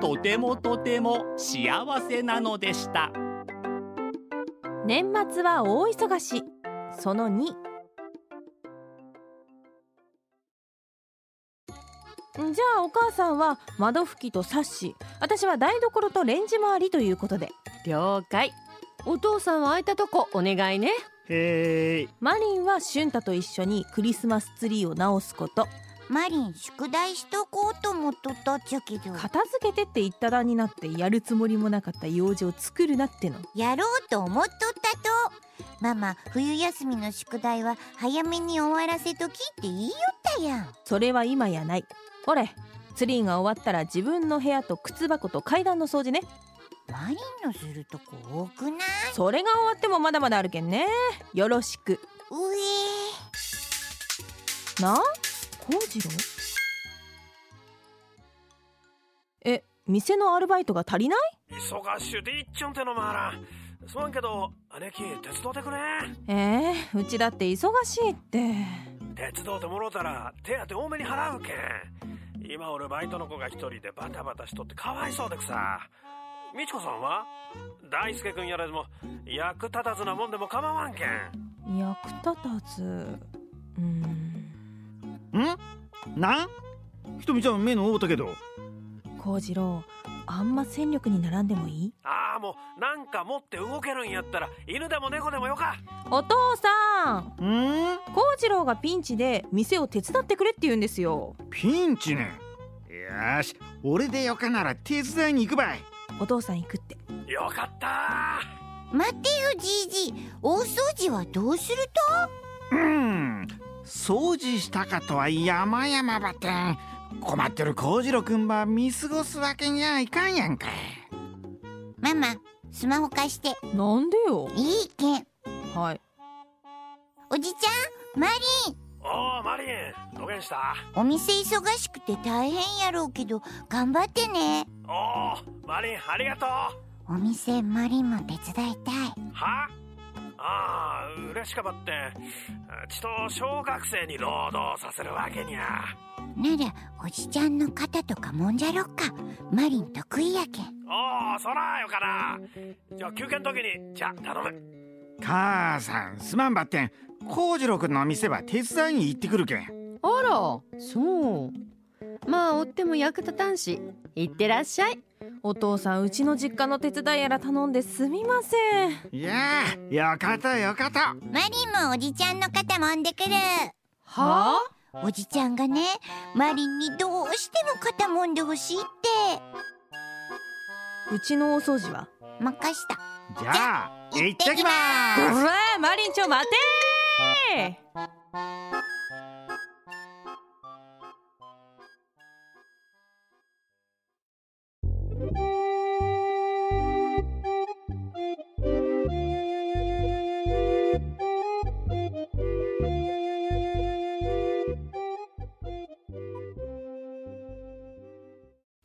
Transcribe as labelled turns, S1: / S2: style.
S1: とてもとても幸せなのでした
S2: 年末は大忙しその2じゃあお母さんは窓拭きとサッシ私は台所とレンジ回りということで
S3: 了解お父さんは空いたとこお願いね
S4: へえ
S2: マリンは俊太と一緒にクリスマスツリーを直すこと
S5: マリン宿題しとこうと思っとったっちゃけど
S2: 片付けてって言ったらになってやるつもりもなかった用事を作るなっての
S5: やろうと思っとったとママ冬休みの宿題は早めに終わらせときって言いよったやん
S2: それは今やないほれツリーが終わったら自分の部屋と靴箱と階段の掃除ね
S5: マリンのするとこ多くない
S2: それが終わってもまだまだあるけんねよろしく
S5: うえ
S2: な幸次郎え店のアルバイトが足りない
S4: 忙しゅうていっちょんてのまらすまんけど姉貴手伝ってくれ
S2: えー、うちだって忙しいって
S4: 手伝うてもろうたら手当多めに払うけん今俺バイトの子が一人でバタバタしとってかわいそうでくさみちこさんは大輔君やらずも役立たずなもんでも構わんけん
S2: 役立たずうん
S6: んなんひとみちゃん目の覆ったけど
S2: 幸次郎あんま戦力に並んでもいい
S4: ああもうなんか持って動けるんやったら犬でも猫でもよか
S2: お父さん
S6: うん
S2: 幸次郎がピンチで店を手伝ってくれって言うんですよ
S6: ピンチねよし俺でよかなら手伝いに行くばい
S2: お父さん行くって
S4: よかった
S5: 待てよじいじ大掃除はどうする
S6: うん掃除したかとは山々ばってん困ってる幸次郎くんば見過ごすわけにはいかんやんか
S5: とママスマホ貸して
S2: なんでよ
S5: いいけん
S2: はい
S5: おじちゃんマリ
S4: おおマリンどげんした
S5: ンお店忙しくて大変やろうけど頑張ってね
S4: おおマリンありがとう
S5: お店マリンも手伝いたい
S4: はああ嬉しかばってちと小学生に労働させるわけにゃ
S5: ならおじちゃんの肩とかもんじゃろっかマリン得意やけん
S4: おおそらよかなじゃあ休憩の時にじゃあ頼む
S6: 母さんすまんばってん幸次郎くんの店ば手伝いに行ってくるけん
S3: あらそうまあ追っても役立たんし行ってらっしゃい
S2: お父さんうちの実家の手伝いやら頼んですみません
S6: いやあよかったよかった
S5: マリンもおじちゃんの肩もんでくる
S3: は
S5: おじちゃんがねマリンにどうしても肩もんでほしいって
S2: うちのお掃除は
S5: 任した
S6: じゃあ
S5: じゃ
S6: 行ってきま
S2: こ
S6: ーす
S2: らマリンちょ待てー